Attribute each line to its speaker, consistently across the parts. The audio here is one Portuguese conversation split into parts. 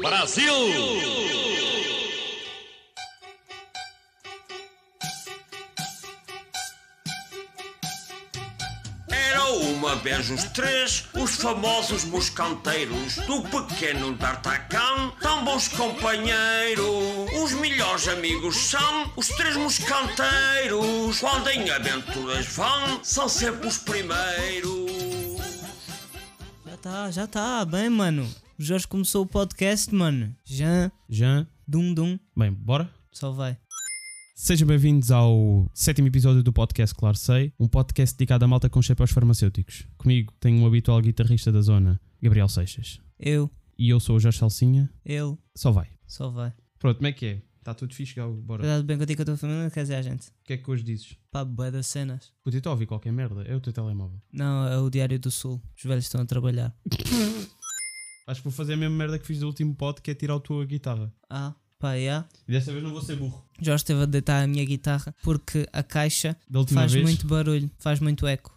Speaker 1: Brasil!
Speaker 2: Eram uma vez os três, os famosos moscanteiros do pequeno D'Artagnan, tão bons companheiros. Os melhores amigos são os três moscanteiros. Quando em aventuras vão, são sempre os primeiros.
Speaker 3: Já tá, já tá, bem, mano. O Jorge começou o podcast, mano. Já,
Speaker 4: Jean.
Speaker 3: dum, dum,
Speaker 4: Bem, bora?
Speaker 3: só vai.
Speaker 4: Sejam bem-vindos ao sétimo episódio do podcast Claro Sei, um podcast dedicado à malta com chapéus farmacêuticos. Comigo tenho o habitual guitarrista da zona, Gabriel Seixas.
Speaker 3: Eu,
Speaker 4: E eu sou o Jorge Salsinha.
Speaker 3: ele,
Speaker 4: Só vai.
Speaker 3: só vai.
Speaker 4: Pronto, como é que é? Está tudo fixe, Gal? Bora.
Speaker 3: Cuidado bem contigo com a tua família, quer dizer, a gente.
Speaker 4: O que é que hoje dizes?
Speaker 3: Pá, bué das cenas.
Speaker 4: Puta, eu estou a ouvir qualquer merda. É o teu telemóvel.
Speaker 3: Não, é o Diário do Sul. Os velhos estão a trabalhar.
Speaker 4: Acho que vou fazer a mesma merda que fiz do último pod, que é tirar a tua guitarra.
Speaker 3: Ah, pá, já.
Speaker 4: E desta vez não vou ser burro.
Speaker 3: Jorge esteve a deitar a minha guitarra porque a caixa
Speaker 4: Da última
Speaker 3: faz
Speaker 4: vez.
Speaker 3: muito barulho, faz muito eco.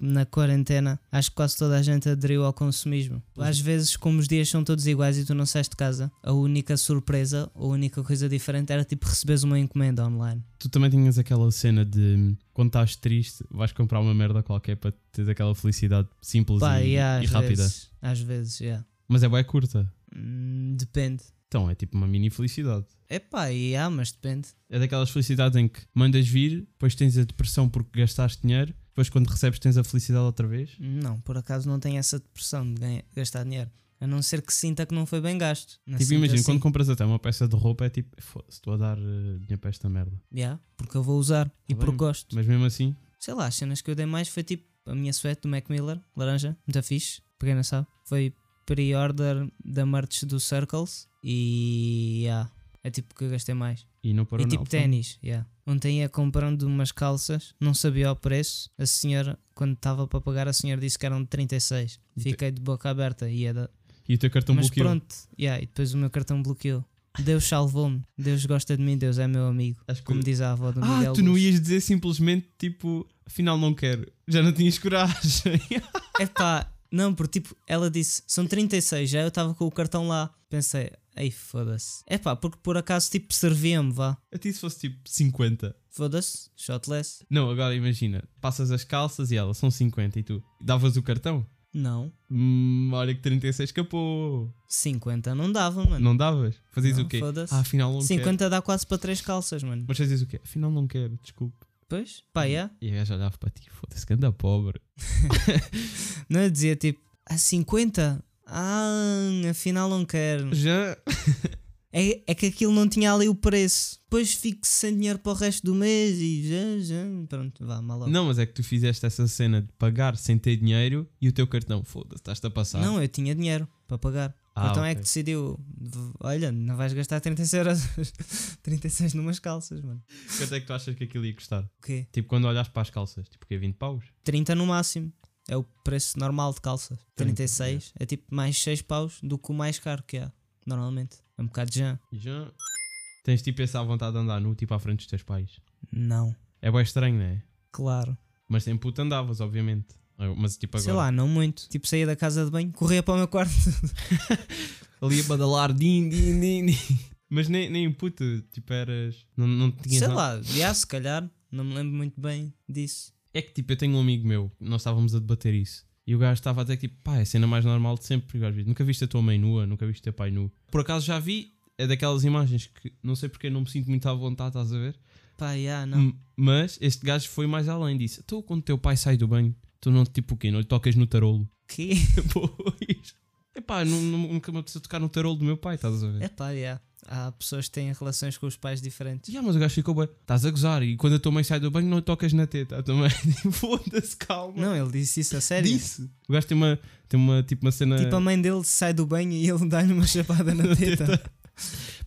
Speaker 3: Na quarentena, acho que quase toda a gente aderiu ao consumismo.
Speaker 4: é.
Speaker 3: Às vezes, como os dias são todos iguais e tu não sais de casa, a única surpresa, a única coisa diferente era tipo receberes uma encomenda online.
Speaker 4: Tu também tinhas aquela cena de quando estás triste, vais comprar uma merda qualquer para teres aquela felicidade simples
Speaker 3: Pá,
Speaker 4: e,
Speaker 3: e às
Speaker 4: e rápida.
Speaker 3: vezes, às vezes, yeah.
Speaker 4: Mas é bem curta.
Speaker 3: Hum, depende.
Speaker 4: Então é tipo uma mini felicidade.
Speaker 3: É pá, yeah, mas depende.
Speaker 4: É daquelas felicidades em que mandas vir, depois tens a depressão porque gastaste dinheiro, depois quando recebes tens a felicidade outra vez.
Speaker 3: Não, por acaso não tenho essa depressão de ganhar- gastar dinheiro. A não ser que sinta que não foi bem gasto. Não
Speaker 4: tipo,
Speaker 3: sinto
Speaker 4: imagina,
Speaker 3: assim.
Speaker 4: quando compras até uma peça de roupa é tipo, foda-se, estou a dar eh, dinheiro para esta merda.
Speaker 3: Yeah, porque eu vou usar e
Speaker 4: Tá
Speaker 3: porque
Speaker 4: bem.
Speaker 3: gosto.
Speaker 4: Mas mesmo assim,
Speaker 3: sei lá, as cenas que eu dei mais foi tipo a minha suéte do Mac Miller, laranja, muito fixe, para quem não sabe. Foi pre-order da merch do Circles e yeah, é tipo que eu gastei mais.
Speaker 4: e um não parou
Speaker 3: e
Speaker 4: na
Speaker 3: tipo
Speaker 4: altura.
Speaker 3: ténis, yeah. Ontem ia comprando umas calças, não sabia o preço. A senhora, quando estava para pagar, a senhora disse que eram de 36. Fiquei de boca aberta e era.
Speaker 4: E o teu cartão
Speaker 3: Mas
Speaker 4: Então bloqueou.
Speaker 3: pronto, yeah, e depois o meu cartão bloqueou. Deus salvou-me, Deus gosta de mim, Deus é meu amigo.
Speaker 4: Acho que-
Speaker 3: Como diz a avó do
Speaker 4: Ah,
Speaker 3: Miguel
Speaker 4: tu não
Speaker 3: Luz.
Speaker 4: ias dizer simplesmente tipo, afinal não quero. Já não tinhas coragem.
Speaker 3: É pá, não, porque tipo, ela disse são 36, já eu estava com o cartão lá. Pensei, ei, foda-se. É pá, porque por acaso tipo servia-me, vá.
Speaker 4: a ti se fosse tipo 50.
Speaker 3: Foda-se, shotless.
Speaker 4: Não, agora imagina, passas as calças e elas são 50 e tu davas o cartão?
Speaker 3: Não,
Speaker 4: Hum, olha que 36 escapou.
Speaker 3: 50 não dava, mano.
Speaker 4: Não davas? Fazias
Speaker 3: Não,
Speaker 4: o quê?
Speaker 3: foda-se.
Speaker 4: Ah, afinal não quero.
Speaker 3: 50 dá quase para três calças, mano.
Speaker 4: Mas fazias o quê? Afinal não quero, desculpe.
Speaker 3: Pois,
Speaker 4: Hum.
Speaker 3: pá, yeah.
Speaker 4: E a gaja olhava para ti, foda-se, que anda pobre.
Speaker 3: Não, eu dizia tipo, a 50? Ah, afinal não quero.
Speaker 4: Já.
Speaker 3: É, é que aquilo não tinha ali o preço. Depois fico sem dinheiro para o resto do mês e já, já. Pronto, vá, mal
Speaker 4: Não, mas é que tu fizeste essa cena de pagar sem ter dinheiro e o teu cartão, foda-se, estás-te a passar.
Speaker 3: Não, eu tinha dinheiro para pagar.
Speaker 4: Ah,
Speaker 3: então é
Speaker 4: ok.
Speaker 3: que decidiu: v- olha, não vais gastar 36 euros, 36 numas calças, mano.
Speaker 4: Quanto é que tu achas que aquilo ia custar?
Speaker 3: O quê?
Speaker 4: Tipo, quando olhas para as calças, tipo, que é 20 paus?
Speaker 3: 30 no máximo. É o preço normal de calças. 36 é tipo mais 6 paus do que o mais caro que há, normalmente. É um bocado de já.
Speaker 4: Já. Tens tipo essa vontade de andar nu, tipo, à frente dos teus pais.
Speaker 3: Não,
Speaker 4: É bem estranho, não é?
Speaker 3: claro.
Speaker 4: Mas sem puta andavas, obviamente. Ah, Mas tipo agora.
Speaker 3: Sei lá, não muito. Tipo, saía da casa de banho, corria para o meu quarto.
Speaker 4: Ali
Speaker 3: é
Speaker 4: a badalar, din, din, din, din. Mas nem, nem puta, tipo eras. Não, não tinhas.
Speaker 3: Sei
Speaker 4: nada.
Speaker 3: lá, já se calhar. Não me lembro muito bem disso.
Speaker 4: É que tipo, eu tenho um amigo meu, nós estávamos a debater isso. E o gajo estava até que tipo, pá, é a cena mais normal de sempre. o gajo diz, nunca viste a tua mãe nua, nunca viste o teu pai nu. Por acaso já vi, é daquelas imagens que não sei porque não me sinto muito à vontade, estás a ver?
Speaker 3: Pá, já, não.
Speaker 4: M- Mas este gajo foi mais além disso. Tu, quando teu pai sai do banho, tu não tipo o quê? Não lhe tocas no tarolo?
Speaker 3: Que?
Speaker 4: Pois. Epá, nu- nu- nunca me apeteceu tocar no tarolo do meu pai, estás a ver?
Speaker 3: É pá, já. Há pessoas que têm relações com os pais diferentes.
Speaker 4: Yeah, "Ah, mas o gajo ficou bem. Estás a gozar. E quando a tua mãe sai do banho, não tocas na teta. A tua mãe tipo, foda-se, calma.
Speaker 3: Não, ele disse isso a sério.
Speaker 4: Disse. O gajo tem uma, tem uma, tipo, uma cena.
Speaker 3: Tipo, a mãe dele sai do banho e ele dá-lhe uma chapada na teta.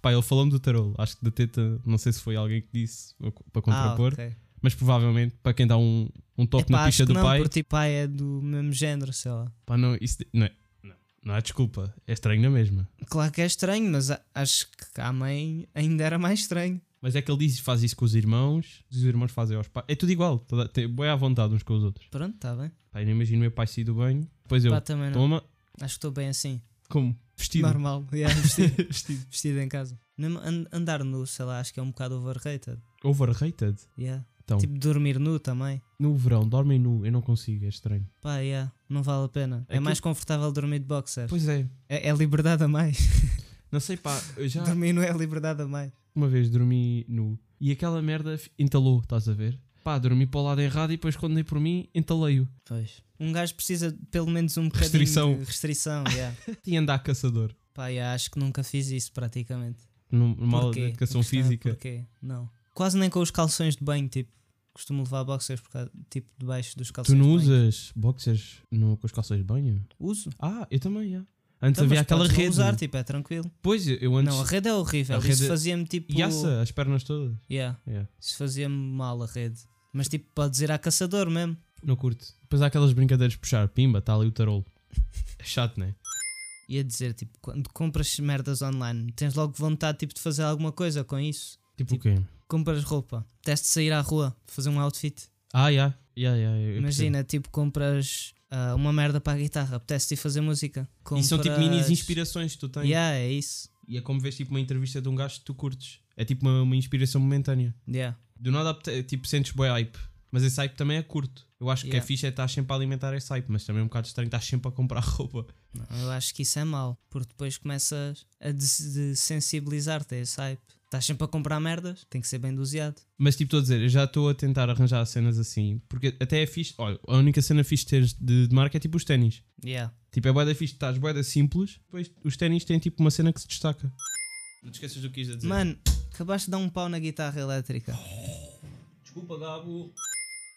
Speaker 4: Pá, ele falou-me do tarolo. Acho que da teta, não sei se foi alguém que disse ou co- para contrapor.
Speaker 3: Ah, ok.
Speaker 4: Mas provavelmente para quem dá um, um toque
Speaker 3: Epá,
Speaker 4: na
Speaker 3: acho
Speaker 4: picha
Speaker 3: que
Speaker 4: do
Speaker 3: não,
Speaker 4: pai.
Speaker 3: Porque, tipo, pai é do mesmo género, sei lá.
Speaker 4: Pá, não, isso de- não, é, não, não há desculpa. É estranho na mesma.
Speaker 3: Claro que é estranho, mas a- acho que à mãe ainda era mais estranho.
Speaker 4: Mas é que ele diz faz isso com os irmãos. Os irmãos fazem aos pais. É tudo igual. Toda, tem, boa à vontade uns com os outros.
Speaker 3: Pronto, está bem.
Speaker 4: Pá, eu não imagino o meu pai sair do banho. Depois eu.
Speaker 3: Pá, também não.
Speaker 4: Toma.
Speaker 3: Acho que estou bem assim.
Speaker 4: Como? Vestido.
Speaker 3: Normal, yeah, vestido,
Speaker 4: Vestido.
Speaker 3: vestido em casa. Mesmo an- andar nu, sei lá, acho que é um bocado overrated.
Speaker 4: Overrated.
Speaker 3: Yeah.
Speaker 4: Então,
Speaker 3: Tipo, dormir nu também.
Speaker 4: no verão, dormem nu. Eu não consigo, é estranho.
Speaker 3: Pá, yeah, não vale a pena. É,
Speaker 4: É que-
Speaker 3: mais confortável dormir de boxer.
Speaker 4: Pois é.
Speaker 3: É, é liberdade a mais.
Speaker 4: Não sei, pá. Eu já
Speaker 3: Dormir nu é liberdade a mais.
Speaker 4: uma vez dormi nu e aquela merda f- entalou, estás a ver? Pá, dormi para o lado errado e depois quando dei por mim, entalei-o.
Speaker 3: Pois. Um gajo precisa de pelo menos um bocadinho
Speaker 4: Restrição.
Speaker 3: de restrição. Yeah.
Speaker 4: E andar caçador.
Speaker 3: Pá, yeah, acho que nunca fiz isso praticamente.
Speaker 4: Num- Numa aula de
Speaker 3: Porquê?
Speaker 4: educação
Speaker 3: A questão é
Speaker 4: física.
Speaker 3: Porquê? Não. Quase nem com os calções de banho, tipo. Costumo levar boxers por causa, tipo debaixo dos
Speaker 4: Tu
Speaker 3: calções.
Speaker 4: não
Speaker 3: de banho.
Speaker 4: usas boxers no, com os calções de banho?
Speaker 3: Uso.
Speaker 4: Ah, eu também, já. Antes
Speaker 3: Então,
Speaker 4: havia
Speaker 3: mas
Speaker 4: aquela
Speaker 3: podes não
Speaker 4: rede.
Speaker 3: usar, tipo, é tranquilo.
Speaker 4: Pois, eu antes.
Speaker 3: Não, a rede é horrível.
Speaker 4: A rede-
Speaker 3: Isso fazia-me tipo.
Speaker 4: Yaça, as pernas todas.
Speaker 3: Yeah,
Speaker 4: Yeah.
Speaker 3: isso fazia-me mal a rede. Mas tipo, podes ir à caçador mesmo.
Speaker 4: Não curto. Depois há aquelas brincadeiras de puxar. Pimba, está ali o tarolo. É chato, né?
Speaker 3: Ia dizer, tipo, quando compras merdas online, tens logo vontade tipo, de fazer alguma coisa com isso.
Speaker 4: Tipo o quê?
Speaker 3: Compras roupa, teste sair à rua, fazer um outfit.
Speaker 4: Ah, já. Já, já. eu percebo.
Speaker 3: Imagina, tipo, compras ah, uma merda para a guitarra, apetece ir fazer música.
Speaker 4: E são tipo minis
Speaker 3: Compras-
Speaker 4: inspirações que tu tens.
Speaker 3: Yeah, é isso.
Speaker 4: E é como vês tipo uma entrevista de um gajo que tu curtes. É tipo uma, uma inspiração momentânea.
Speaker 3: Yeah.
Speaker 4: Do nada, apete- tipo, sentes boy hype. Mas esse hype também é curto. Eu acho que
Speaker 3: Yeah.
Speaker 4: a ficha é estar sempre a alimentar esse hype, mas também é um bocado estranho estar sempre a comprar roupa.
Speaker 3: Não, eu acho que isso é mau, porque depois começas a des- desensibilizar-te a esse hype. Estás sempre a comprar merdas, tem que ser bem doseado.
Speaker 4: Mas tipo, estou a dizer, eu já estou a tentar arranjar cenas assim, porque até é fixe. Olha, a única cena fixe de teres de, de marca é tipo os ténis.
Speaker 3: Yeah.
Speaker 4: Tipo, é boeda fixe, estás boeda simples, depois os ténis têm tipo uma cena que se destaca. Não te esqueças do que quis dizer.
Speaker 3: Mano, acabaste de dar um pau na guitarra elétrica.
Speaker 4: Desculpa, Gabo.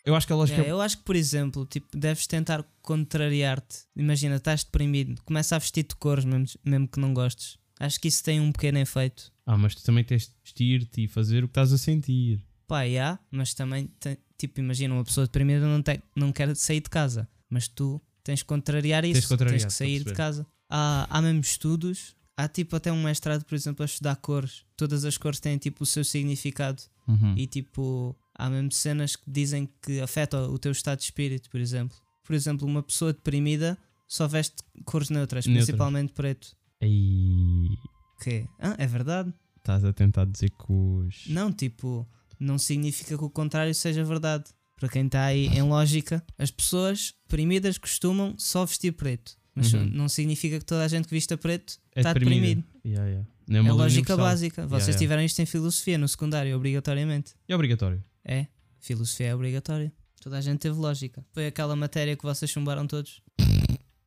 Speaker 4: Eu acho que a lógica.
Speaker 3: É, eu acho que, por exemplo, tipo, deves tentar contrariar-te. Imagina, estás deprimido, começa a vestir de cores mesmo, mesmo que não gostes. Acho que isso tem um pequeno efeito.
Speaker 4: Ah, mas tu também tens de vestir-te e fazer o que estás a sentir.
Speaker 3: Pá, yeah, mas também, tem- tipo, imagina, uma pessoa deprimida não, tem, não quer sair de casa, mas tu tens que contrariar isso,
Speaker 4: Tens de contrariar,
Speaker 3: que sair
Speaker 4: estou
Speaker 3: de
Speaker 4: a perceber.
Speaker 3: casa. Há, há mesmo estudos, há tipo até um mestrado, por exemplo, a estudar cores. Todas as cores têm tipo o seu significado.
Speaker 4: Uhum.
Speaker 3: E tipo, há mesmo cenas que dizem que afetam o teu estado de espírito, por exemplo. Por exemplo, uma pessoa deprimida só veste cores neutras,
Speaker 4: Neutras.
Speaker 3: principalmente preto.
Speaker 4: Aí.
Speaker 3: Que ah, é verdade.
Speaker 4: Estás a tentar dizer que os.
Speaker 3: Não, tipo, não significa que o contrário seja verdade. Para quem está aí em lógica, as pessoas deprimidas costumam só vestir preto. Mas
Speaker 4: Uhum.
Speaker 3: não significa que toda a gente que vista preto
Speaker 4: é
Speaker 3: está tá deprimido.
Speaker 4: Yeah, yeah. Não é
Speaker 3: É
Speaker 4: uma lei
Speaker 3: lógica
Speaker 4: universal.
Speaker 3: básica.
Speaker 4: Yeah,
Speaker 3: Vocês
Speaker 4: yeah.
Speaker 3: tiveram isto em filosofia no secundário, obrigatoriamente.
Speaker 4: É obrigatório.
Speaker 3: É, filosofia é obrigatória. Toda a gente teve lógica. Foi aquela matéria que vocês chumbaram todos.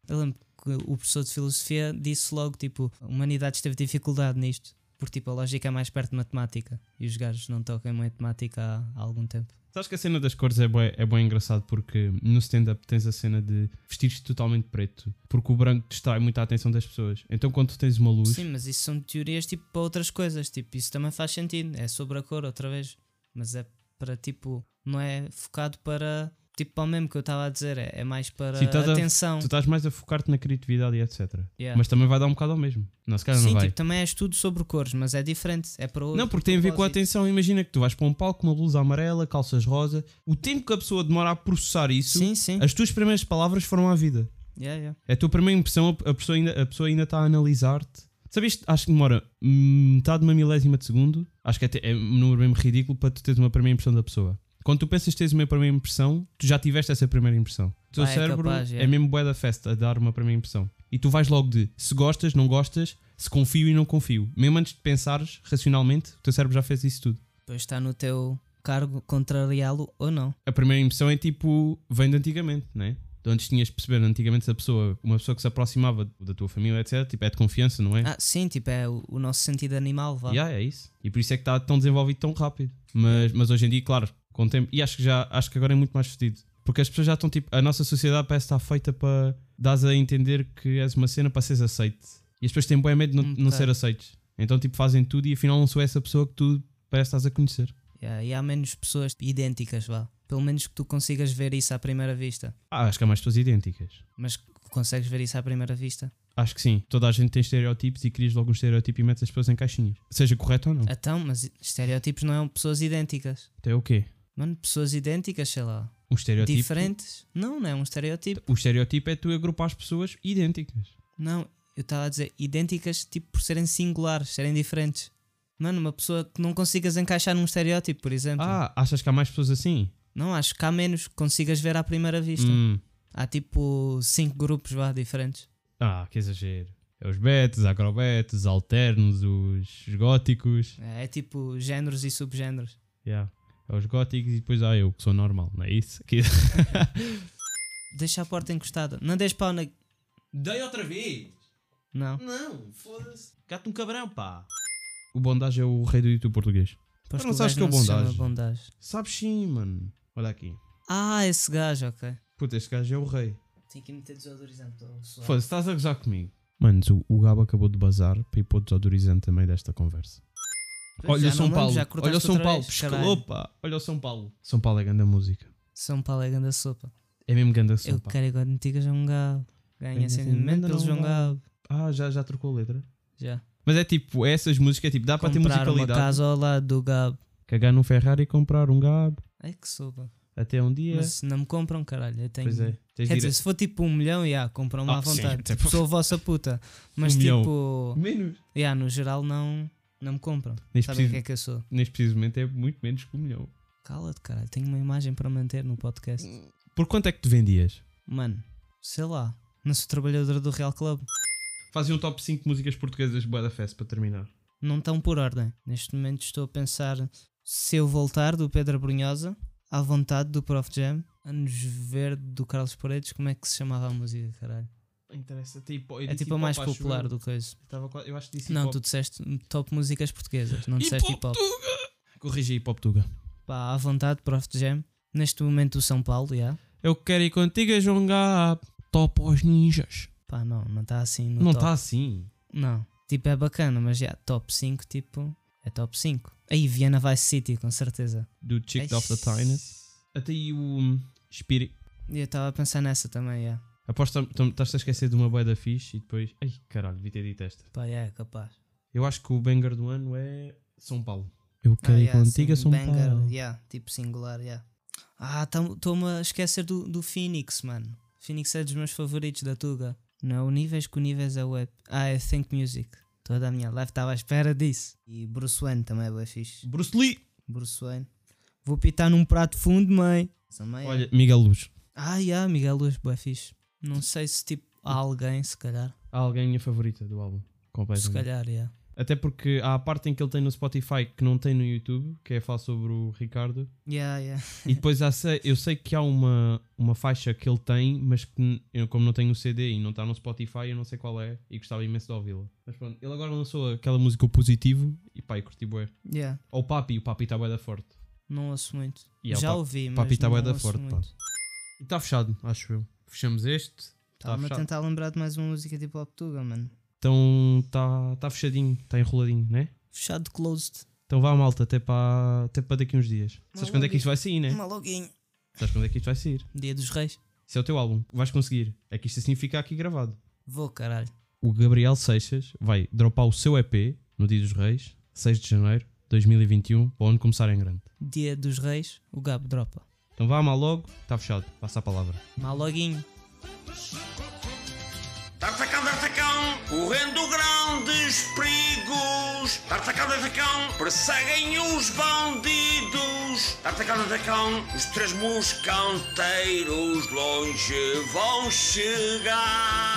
Speaker 3: Eu lembro que o professor de filosofia disse logo: tipo, a humanidade teve dificuldade nisto. Porque, tipo, a lógica é mais perto de matemática. E os gajos não tocam em matemática há, há algum tempo.
Speaker 4: Sabes que a cena das cores é bem, é bué engraçado porque no stand-up tens a cena de vestir-te totalmente preto porque o branco distrai muita atenção das pessoas. Então quando tu tens uma luz,
Speaker 3: Sim, mas isso são teorias, tipo, para outras coisas. Tipo, isso também faz sentido. É sobre a cor, outra vez. Mas é para, tipo, não é focado para. Tipo, para o mesmo que eu estava a dizer. É, é mais para
Speaker 4: Sim, estás a-
Speaker 3: atenção.
Speaker 4: tu estás mais a focar-te na criatividade e etc.
Speaker 3: Yeah.
Speaker 4: Mas também vai dar um bocado ao mesmo. Não, se calhar
Speaker 3: Sim,
Speaker 4: não vai.
Speaker 3: tipo, também é estudo sobre cores, mas é diferente. É para outro
Speaker 4: Não, porque tem a ver com a
Speaker 3: propósito.
Speaker 4: atenção. Imagina que tu vais para um palco com uma blusa amarela, calças rosa. O tempo que a pessoa demora a processar isso,
Speaker 3: Sim, sim.
Speaker 4: as tuas primeiras palavras foram à vida.
Speaker 3: Yeah, yeah.
Speaker 4: É a tua primeira impressão, a a pessoa ainda, a pessoa ainda está a analisar-te. Sabes, acho que demora hum, metade de uma milésima de segundo. Acho que é, é um número mesmo ridículo para tu teres uma primeira impressão da pessoa. Quando tu pensas que tens uma primeira impressão, tu já tiveste essa primeira impressão. O teu
Speaker 3: Ah, é
Speaker 4: cérebro é,
Speaker 3: capaz, é.
Speaker 4: mesmo bué da festa a dar uma primeira impressão. E tu vais logo de se gostas, não gostas, se confio e não confio. Mesmo antes de pensares racionalmente, o teu cérebro já fez isso tudo.
Speaker 3: Depois está no teu cargo contrariá-lo ou não.
Speaker 4: a primeira impressão é tipo, vem de antigamente, né? De onde tinhas de perceber antigamente se a pessoa, uma pessoa que se aproximava da tua família, etc, tipo, é de confiança, não é?
Speaker 3: Ah, sim, tipo, é o, o nosso sentido animal, vá.
Speaker 4: Yeah, é isso. E por isso é que está tão desenvolvido tão rápido. Mas, mas hoje em dia, claro, com o tempo, e acho que já acho que agora é muito mais fedido. Porque as pessoas já estão tipo, a nossa sociedade parece estar feita para dares a entender que és uma cena para seres aceite. E as pessoas têm bem medo de não,
Speaker 3: Um
Speaker 4: não ser
Speaker 3: bocado.
Speaker 4: aceites. Então tipo fazem tudo e afinal não sou essa pessoa que tu parece que estás a conhecer.
Speaker 3: Yeah, e há menos pessoas idênticas, vá. Pelo menos que tu consigas ver isso à primeira vista.
Speaker 4: Ah, acho que há mais pessoas idênticas.
Speaker 3: Mas c- consegues ver isso à primeira vista?
Speaker 4: Acho que sim. Toda a gente tem estereótipos e crias logo um estereótipo e metes as pessoas em caixinhas. Seja correto ou não.
Speaker 3: Então, mas i- estereótipos não são pessoas idênticas.
Speaker 4: Até o quê?
Speaker 3: Mano, pessoas idênticas, sei lá.
Speaker 4: Um estereótipo.
Speaker 3: Diferentes? Não, não é um estereótipo.
Speaker 4: O estereótipo é tu agrupar as pessoas idênticas.
Speaker 3: Não, Eu estava a dizer idênticas, tipo, por serem singulares, serem diferentes. Mano, uma pessoa que não consigas encaixar num estereótipo, por exemplo.
Speaker 4: Ah, achas que há mais pessoas assim?
Speaker 3: Não, acho que há menos que consigas ver à primeira vista.
Speaker 4: Hum.
Speaker 3: Há tipo cinco grupos vá, diferentes.
Speaker 4: Ah, que exagero. É os betos, acrobetos, os alternos, os os góticos.
Speaker 3: É, é tipo géneros e subgéneros.
Speaker 4: Yeah. É os góticos e depois há eu, que sou normal, não é isso? Que-
Speaker 3: Deixa a porta encostada. Não deixes pau na.
Speaker 4: Dei outra vez!
Speaker 3: Não.
Speaker 4: Não, foda-se. Gato um cabrão, pá. O Bondage é o rei do YouTube português.
Speaker 3: Pois
Speaker 4: Mas não
Speaker 3: o
Speaker 4: sabes
Speaker 3: gajo
Speaker 4: que é o
Speaker 3: se chama
Speaker 4: bondage.
Speaker 3: bondage.
Speaker 4: Sabes sim, mano. Olha aqui.
Speaker 3: Ah, esse gajo, ok.
Speaker 4: Puta, este gajo é o rei.
Speaker 3: Tem que meter desodorizante.
Speaker 4: Foda-se, estás a gozar comigo. Manos, o, o Gabo acabou de bazar para ir pôr desodorizante também desta conversa. Olha o São Paulo. Olha o São Paulo. Pescalou, pá. Olha o São Paulo. São Paulo é grande música.
Speaker 3: São Paulo é grande sopa.
Speaker 4: É mesmo grande São
Speaker 3: Eu
Speaker 4: Paulo.
Speaker 3: quero igual de antiga João um Galo. Ganha
Speaker 4: Ganha
Speaker 3: sentimento
Speaker 4: sentimento
Speaker 3: pelo
Speaker 4: não
Speaker 3: João
Speaker 4: vale.
Speaker 3: Galo.
Speaker 4: Ah, já, já trocou a letra.
Speaker 3: Já.
Speaker 4: Mas é tipo, essas músicas, é tipo, dá para ter
Speaker 3: Comprar uma
Speaker 4: musicalidade.
Speaker 3: casa ao lado do Gabo.
Speaker 4: Cagar num Ferrari e comprar um Gabo.
Speaker 3: Ai que sopa.
Speaker 4: Até um dia.
Speaker 3: Mas se não me compram, caralho, eu tenho.
Speaker 4: Pois é. Tens
Speaker 3: Quer
Speaker 4: de ir
Speaker 3: dizer, se for tipo um milhão, já, compram-me
Speaker 4: Ah,
Speaker 3: à
Speaker 4: sim,
Speaker 3: vontade.
Speaker 4: tipo-
Speaker 3: Sou a vossa puta. Mas
Speaker 4: Um milhão.
Speaker 3: tipo,
Speaker 4: a- Menos.
Speaker 3: já, no geral não, não me compram.
Speaker 4: Neste
Speaker 3: Sabem o
Speaker 4: preciso-
Speaker 3: que é que eu sou?
Speaker 4: Neste preciso momento é muito menos que um milhão.
Speaker 3: Cala-te, caralho, tenho uma imagem para manter no podcast.
Speaker 4: Por quanto é que te vendias?
Speaker 3: Mano, sei lá, não sou trabalhador do Real Club.
Speaker 4: Fazia um top 5 músicas portuguesas Boa da Fest para terminar.
Speaker 3: Não estão por ordem. Neste momento estou a pensar se eu voltar do Pedro Brunhosa, à vontade do Prof Jam, Anos Verde do Carlos Paredes, como é que se chamava a música, caralho?
Speaker 4: Interessa, tipo,
Speaker 3: É tipo a mais popular do coisa.
Speaker 4: Eu acho que disse
Speaker 3: Não, tu disseste top músicas portuguesas, não disseste hip hop.
Speaker 4: Corrigi hip hop Tuga.
Speaker 3: Pá, à vontade, Prof. de Jam. Neste momento o São Paulo, já.
Speaker 4: Eu quero ir contigo a jogar top aos ninjas.
Speaker 3: Pá, não, não está assim no
Speaker 4: não
Speaker 3: top.
Speaker 4: está assim.
Speaker 3: Não. Tipo, é bacana, mas já, top 5, tipo, é top 5. Aí Viena Vice City, com certeza.
Speaker 4: Do Chick of the
Speaker 3: Eish.
Speaker 4: Tyness. Até aí o hum, Spirit.
Speaker 3: E eu estava a pensar nessa também, já.
Speaker 4: Aposto que tam- estás-te a esquecer de uma bué da fixe e depois. Ai caralho, devia ter dito esta.
Speaker 3: Pá, é, capaz.
Speaker 4: Eu acho que o banger do ano é São Paulo. Eu
Speaker 3: Ah,
Speaker 4: quero ir
Speaker 3: yeah,
Speaker 4: contigo a
Speaker 3: sim,
Speaker 4: São
Speaker 3: banger,
Speaker 4: Paulo.
Speaker 3: yeah, tipo singular, yeah. Ah, estou-me a esquecer do, do Phoenix, mano. Phoenix é dos meus favoritos da Tuga. Não, o Níveis que o Níveis é web. Ah, é Think Music. Toda a minha live estava à espera disso. E Bruce Wayne também é bem fixe.
Speaker 4: Bruce Lee!
Speaker 3: Bruce Wayne. Vou pitar num prato fundo, mãe. Também é.
Speaker 4: Olha, Miguel Luz.
Speaker 3: Ah, yeah, Miguel Luz, bué fixe. Não sei se tipo há alguém, se calhar.
Speaker 4: Há alguém minha favorita do álbum.
Speaker 3: Se
Speaker 4: Completamente.
Speaker 3: calhar, yeah.
Speaker 4: Até porque há a parte em que ele tem no Spotify que não tem no YouTube, que é falar sobre o Ricardo.
Speaker 3: Yeah, yeah.
Speaker 4: E depois há, se- eu sei que há uma, uma faixa que ele tem, mas que n- eu, como não tenho o CD e não está no Spotify, eu não sei qual é e gostava imenso de ouvi-la. Mas pronto, ele agora lançou aquela música O Positivo e pá, e curti bué.
Speaker 3: Yeah.
Speaker 4: Ou o Papi, o Papi está bué da forte.
Speaker 3: Não ouço muito.
Speaker 4: Yeah,
Speaker 3: Já
Speaker 4: o Pap-
Speaker 3: ouvi, mas.
Speaker 4: Papi tá
Speaker 3: não
Speaker 4: bué da
Speaker 3: ouço
Speaker 4: forte, pá.
Speaker 3: muito.
Speaker 4: E está fechado, acho eu. Fechamos este. tá
Speaker 3: Estava-me a
Speaker 4: fechado.
Speaker 3: tentar lembrar de mais uma música tipo Hop Tuga, mano.
Speaker 4: Então está tá fechadinho, está enroladinho, né?
Speaker 3: Fechado closed.
Speaker 4: Então vá, malta, até para até para daqui uns dias. Sabes quando é que isto vai sair, né?
Speaker 3: Maloguinho.
Speaker 4: Sabes quando é que isto vai sair?
Speaker 3: Dia dos Reis.
Speaker 4: Isso é o teu álbum, vais conseguir. É que isto assim fica aqui gravado.
Speaker 3: Vou, caralho.
Speaker 4: O Gabriel Seixas vai dropar o seu EP no Dia dos Reis, 6 de janeiro de 2021, para onde começar em grande.
Speaker 3: Dia dos Reis, o Gabo dropa.
Speaker 4: Então vá mal logo, está fechado, passa a palavra.
Speaker 3: Maloguinho.
Speaker 2: Tartacão, Tartacão, correndo grandes perigos. Tartacão, Tartacão, perseguem os bandidos. Tartacão, Tartacão, os três moscanteiros longe vão chegar.